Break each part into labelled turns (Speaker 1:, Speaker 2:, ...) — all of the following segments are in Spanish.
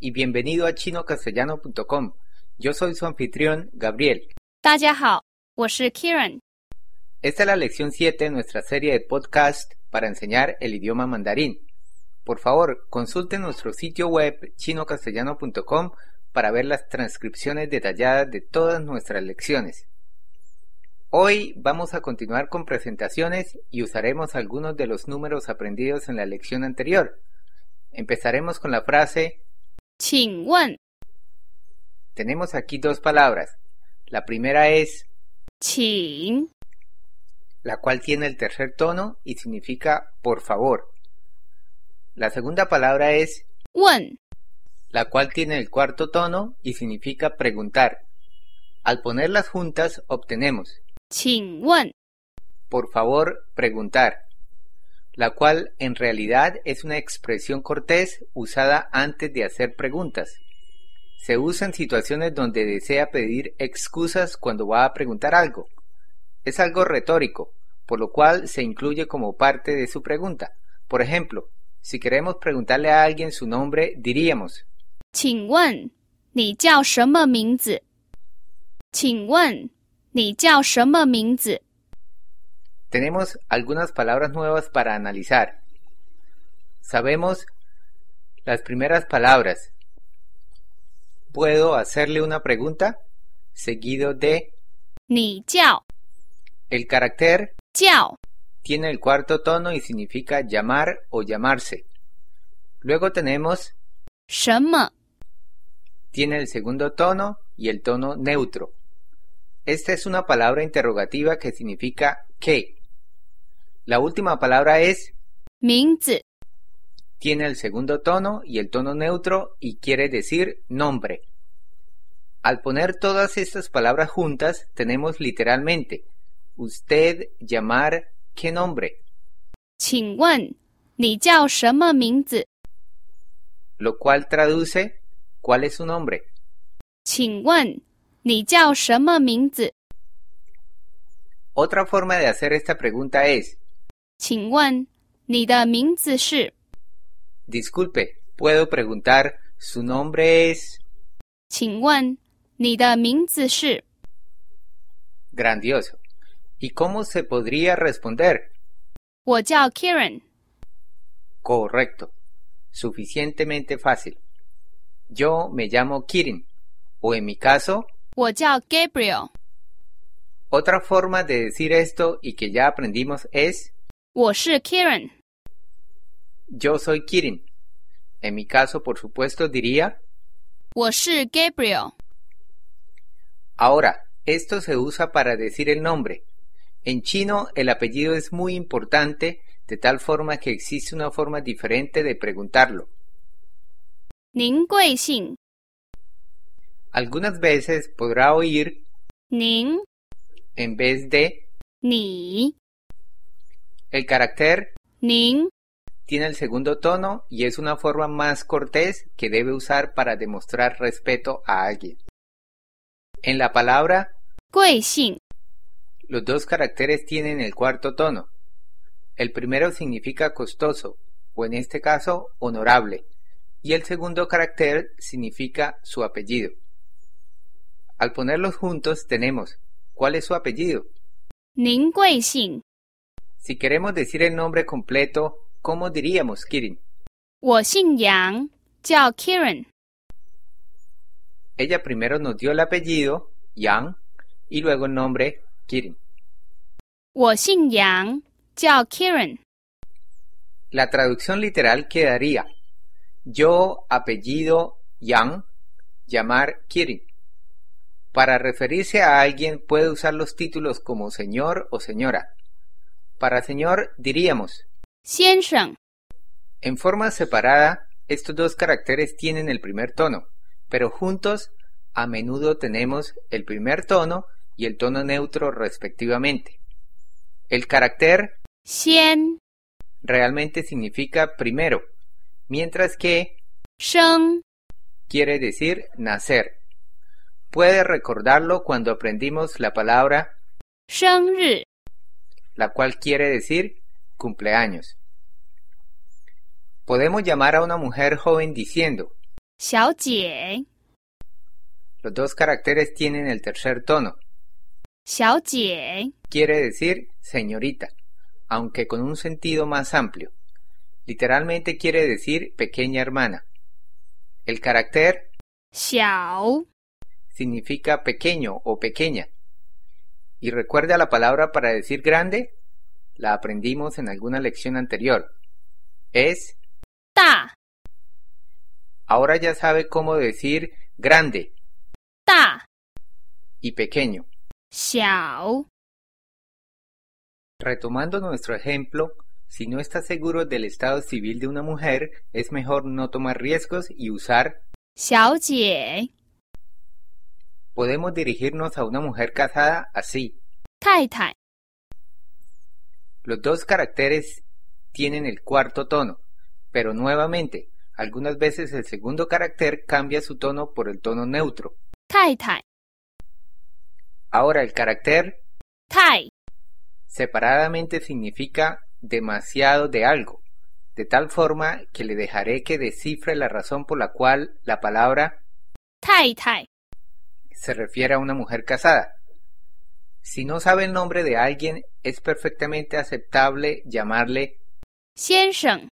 Speaker 1: y bienvenido a chinocastellano.com. Yo soy su anfitrión, Gabriel.
Speaker 2: 大家好，我是 Kieran。
Speaker 1: Esta es la lección 7 de nuestra serie de podcast para enseñar el idioma mandarín. Por favor, consulte nuestro sitio web chinocastellano.com para ver las transcripciones detalladas de todas nuestras lecciones. Hoy vamos a continuar con presentaciones y usaremos algunos de los números aprendidos en la lección anterior. Empezaremos con la frase
Speaker 2: 请问，
Speaker 1: tenemos aquí dos palabras. La primera es
Speaker 2: 请
Speaker 1: la cual tiene el tercer tono y significa por favor. La segunda palabra es
Speaker 2: 问
Speaker 1: la cual tiene el cuarto tono y significa preguntar. Al ponerlas juntas obtenemos
Speaker 2: 请问
Speaker 1: por favor preguntar, la cual en realidad es una expresión cortés usada antes de hacer preguntas. Se usa en situaciones donde desea pedir excusas cuando va a preguntar algo. Es algo retórico, por lo cual se incluye como parte de su pregunta. Por ejemplo, si queremos preguntarle a alguien su nombre, diríamos,
Speaker 2: 请问你叫什么名字？请问你叫什么名字？
Speaker 1: tenemos algunas palabras nuevas para analizar. Sabemos las primeras palabras. Puedo hacerle una pregunta seguido de
Speaker 2: 你叫
Speaker 1: el carácter
Speaker 2: 叫
Speaker 1: tiene el cuarto tono y significa llamar o llamarse. Luego tenemos
Speaker 2: 什么？
Speaker 1: tiene el segundo tono y el tono neutro. Esta es una palabra interrogativa que significa qué. La última palabra es
Speaker 2: 名字？
Speaker 1: tiene el segundo tono y el tono neutro y quiere decir nombre. Al poner todas estas palabras juntas tenemos literalmente usted llamar qué nombre,
Speaker 2: 请问你叫什么名字？
Speaker 1: lo cual traduce cuál es su nombre.
Speaker 2: 请问你叫什么名字？
Speaker 1: Otra forma de hacer esta pregunta es,
Speaker 2: 请问你的名字是？
Speaker 1: disculpe, puedo preguntar, su nombre es
Speaker 2: 请问你的名字是？
Speaker 1: grandioso. ¿Y cómo se podría responder?
Speaker 2: 我叫 Kieran。
Speaker 1: Correcto. Suficientemente fácil. Yo me llamo Kirin. O en mi caso,
Speaker 2: 我叫 Gabriel，
Speaker 1: otra forma de decir esto y que ya aprendimos es
Speaker 2: 我是 Kieran，
Speaker 1: yo soy Kirin. En mi caso, por supuesto, diría
Speaker 2: 我是 Gabriel，
Speaker 1: ahora. Esto se usa para decir el nombre. En chino, el apellido es muy importante, de tal forma que existe una forma diferente de preguntarlo.
Speaker 2: 您贵姓？
Speaker 1: Algunas veces podrá oír
Speaker 2: 您、
Speaker 1: en vez de
Speaker 2: 你、
Speaker 1: el carácter
Speaker 2: 您、
Speaker 1: tiene el segundo tono y es una forma más cortés que debe usar para demostrar respeto a alguien. En la palabra,
Speaker 2: 贵姓？
Speaker 1: los dos caracteres tienen el cuarto tono. El primero significa costoso, o en este caso, honorable, y el segundo carácter significa su apellido. Al ponerlos juntos tenemos, ¿cuál es su apellido?
Speaker 2: 您贵姓？
Speaker 1: Si queremos decir el nombre completo, ¿cómo diríamos, Kirin?
Speaker 2: 我姓杨，叫 Kieran。
Speaker 1: Ella primero nos dio el apellido, Yang, y luego el nombre, Kirin.
Speaker 2: 我姓杨，叫 Kieran。
Speaker 1: La traducción literal quedaría yo apellido Yang, llamar Kirin. Para referirse a alguien puede usar los títulos como señor o señora. Para señor diríamos,
Speaker 2: 先生，
Speaker 1: en forma separada, estos dos caracteres tienen el primer tono, pero juntos a menudo tenemos el primer tono y el tono neutro respectivamente. El carácter
Speaker 2: 先
Speaker 1: realmente significa primero, mientras que
Speaker 2: 生
Speaker 1: quiere decir nacer. Puede recordarlo cuando aprendimos la palabra,
Speaker 2: 生日，
Speaker 1: la cual quiere decir cumpleaños. Podemos llamar a una mujer joven diciendo,
Speaker 2: 小姐，
Speaker 1: Los dos caracteres tienen el tercer tono.
Speaker 2: 小姐，
Speaker 1: Quiere decir señorita, aunque con un sentido más amplio. Literalmente quiere decir pequeña hermana. El carácter
Speaker 2: 小
Speaker 1: significa pequeño o pequeña. Y recuerda la palabra para decir grande, la aprendimos en alguna lección anterior. Es,
Speaker 2: 大
Speaker 1: ahora ya sabe cómo decir grande
Speaker 2: 大
Speaker 1: y pequeño.
Speaker 2: 小
Speaker 1: Retomando nuestro ejemplo, si no estás seguro del estado civil de una mujer, es mejor no tomar riesgos y usar.
Speaker 2: 小姐、
Speaker 1: Podemos dirigirnos a una mujer casada así.
Speaker 2: 太太、
Speaker 1: Los dos caracteres tienen el cuarto tono, pero nuevamente, algunas veces el segundo carácter cambia su tono por el tono neutro.
Speaker 2: 太太、
Speaker 1: Ahora el carácter
Speaker 2: 太
Speaker 1: separadamente significa demasiado de algo, de tal forma que le dejaré que descifre la razón por la cual la palabra
Speaker 2: 太太、
Speaker 1: se refiere a una mujer casada. Si no sabe el nombre de alguien, es perfectamente aceptable llamarle
Speaker 2: 先生、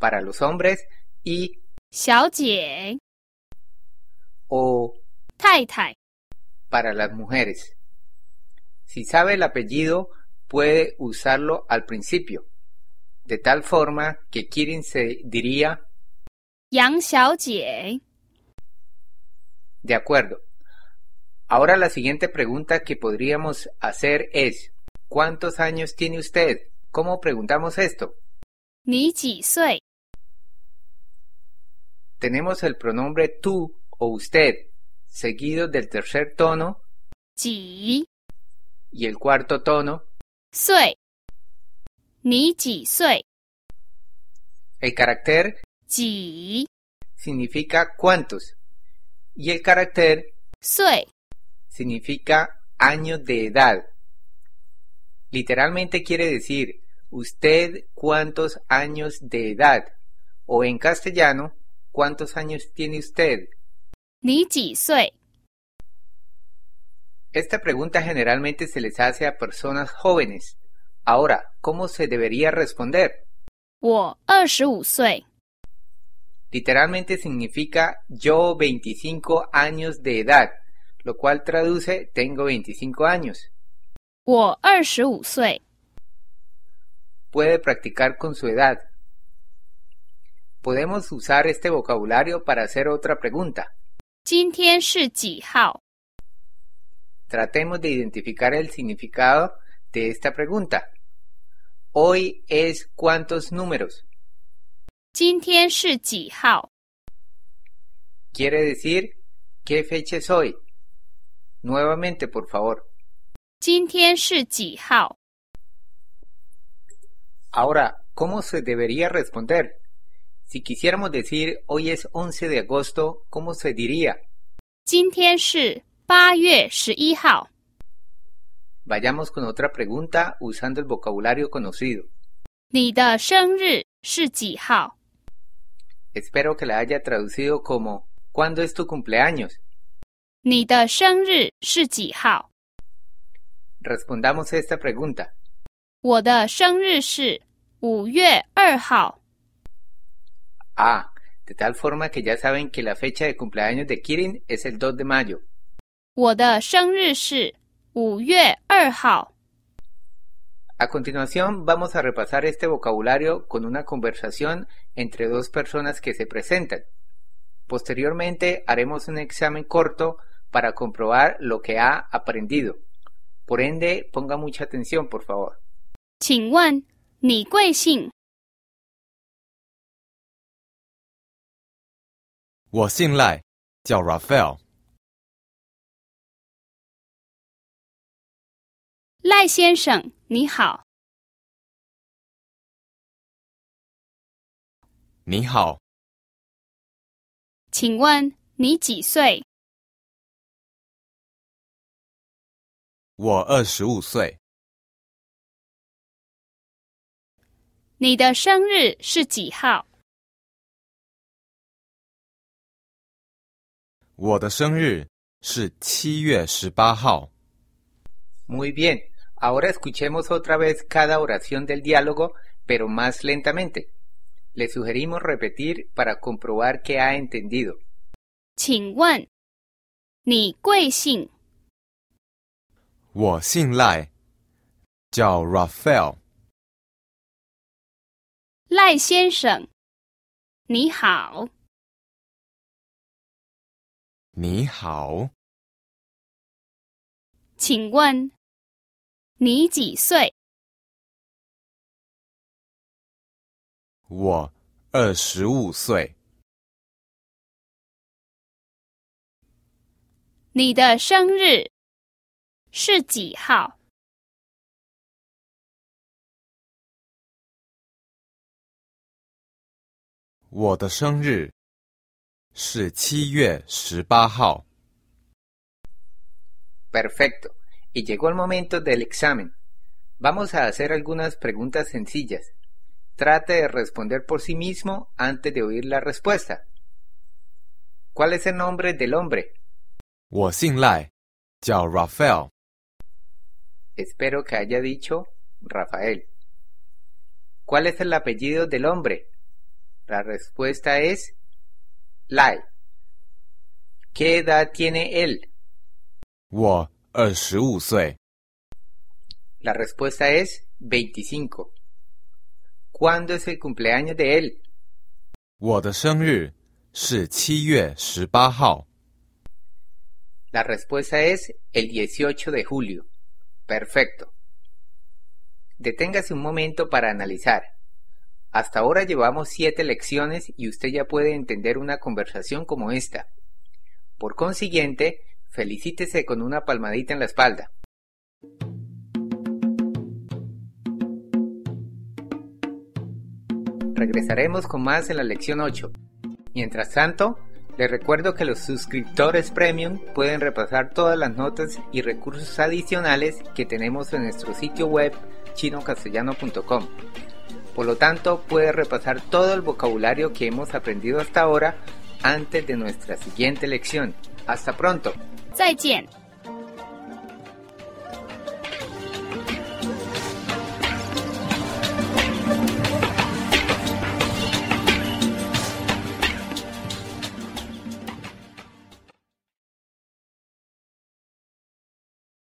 Speaker 1: para los hombres y
Speaker 2: 小姐、
Speaker 1: o
Speaker 2: 太太、
Speaker 1: para las mujeres. Si sabe el apellido, puede usarlo al principio, de tal forma que Kirin se diría
Speaker 2: 杨小姐、
Speaker 1: de acuerdo. Ahora la siguiente pregunta que podríamos hacer es ¿Cuántos años tiene usted? ¿Cómo preguntamos esto?
Speaker 2: 你几岁？
Speaker 1: tenemos el pronombre tú o usted, seguido del tercer tono
Speaker 2: 几
Speaker 1: y el cuarto tono.
Speaker 2: 岁？你几岁？
Speaker 1: El carácter
Speaker 2: 几
Speaker 1: significa cuántos y el carácter
Speaker 2: 岁？
Speaker 1: significa años de edad. Literalmente quiere decir usted cuántos años de edad o en castellano cuántos años tiene usted.
Speaker 2: 你几岁？
Speaker 1: Esta pregunta generalmente se les hace a personas jóvenes. Ahora, ¿cómo se debería responder?
Speaker 2: 我二十五岁。
Speaker 1: Literalmente significa yo 25 años de edad, lo cual traduce tengo 25 años.
Speaker 2: 我二十五岁。
Speaker 1: Puede practicar con su edad. Podemos usar este vocabulario para hacer otra pregunta.
Speaker 2: 今天是几号？
Speaker 1: Tratemos de identificar el significado de esta pregunta. Hoy es cuántos números.
Speaker 2: 今天是几号？
Speaker 1: Quiere decir qué fecha es hoy. Nuevamente, por favor.
Speaker 2: 今天是几号？
Speaker 1: Ahora, ¿cómo se debería responder? Si quisiéramos decir hoy es 11 de agosto, ¿cómo se diría?
Speaker 2: 今天是八月十一号。
Speaker 1: Vayamos con otra pregunta usando el vocabulario conocido.
Speaker 2: 你的生日是几号？
Speaker 1: Espero que la haya traducido como ¿Cuándo es tu cumpleaños?
Speaker 2: 你的生日是几号？
Speaker 1: Respondamos esta pregunta.
Speaker 2: 我的生日是五月二号。
Speaker 1: Ah, de tal forma que ya saben que la fecha de cumpleaños de Kirin es el 2 de mayo.
Speaker 2: 我的生日是五月二号。
Speaker 1: A continuación vamos a repasar este vocabulario con una conversación entre dos personas que se presentan. Posteriormente haremos un examen corto para comprobar lo que ha aprendido. Por ende, ponga mucha atención, por favor.
Speaker 2: 请问你贵姓？
Speaker 3: 我姓赖，叫 Raphael。
Speaker 2: 赖先生，你好，
Speaker 3: 你好，
Speaker 2: 请问你几岁？
Speaker 3: 我二十五岁，
Speaker 2: 你的生日是几号？
Speaker 3: 我的生日是七月十八号。
Speaker 1: Muy bien, ahora escuchemos otra vez cada oración del diálogo, pero más lentamente. Le sugerimos repetir para comprobar que ha entendido.
Speaker 2: 请问你贵姓？
Speaker 3: 我姓赖，叫 Raphael。
Speaker 2: 赖先生，你好，
Speaker 3: 你好，
Speaker 2: 请问你几岁？
Speaker 3: 我二十五岁。
Speaker 2: 你的生日是几号？
Speaker 3: 我的生日是七月十八号。
Speaker 1: Perfecto. Y llegó el momento del examen. Vamos a hacer algunas preguntas sencillas. Trate de responder por sí mismo antes de oír la respuesta. ¿Cuál es el nombre del hombre?
Speaker 3: 我姓赖，叫 Raphael。
Speaker 1: Espero que haya dicho Rafael. ¿Cuál es el apellido del hombre? La respuesta es Lai. ¿Qué edad tiene él?
Speaker 3: 我二十五岁。
Speaker 1: La respuesta es 25. ¿Cuándo es el cumpleaños de él?
Speaker 3: 我的生日是七月十八号。
Speaker 1: La respuesta es el 18 de julio. Perfecto. Deténgase un momento para analizar. Hasta ahora llevamos siete lecciones y usted ya puede entender una conversación como esta. Por consiguiente, felicítese con una palmadita en la espalda. Regresaremos con más en la lección 8. Mientras tanto, les recuerdo que los suscriptores premium pueden repasar todas las notas y recursos adicionales que tenemos en nuestro sitio web chinocastellano.com. Por lo tanto, puede repasar todo el vocabulario que hemos aprendido hasta ahora antes de nuestra siguiente lección. Hasta pronto.
Speaker 2: 再见。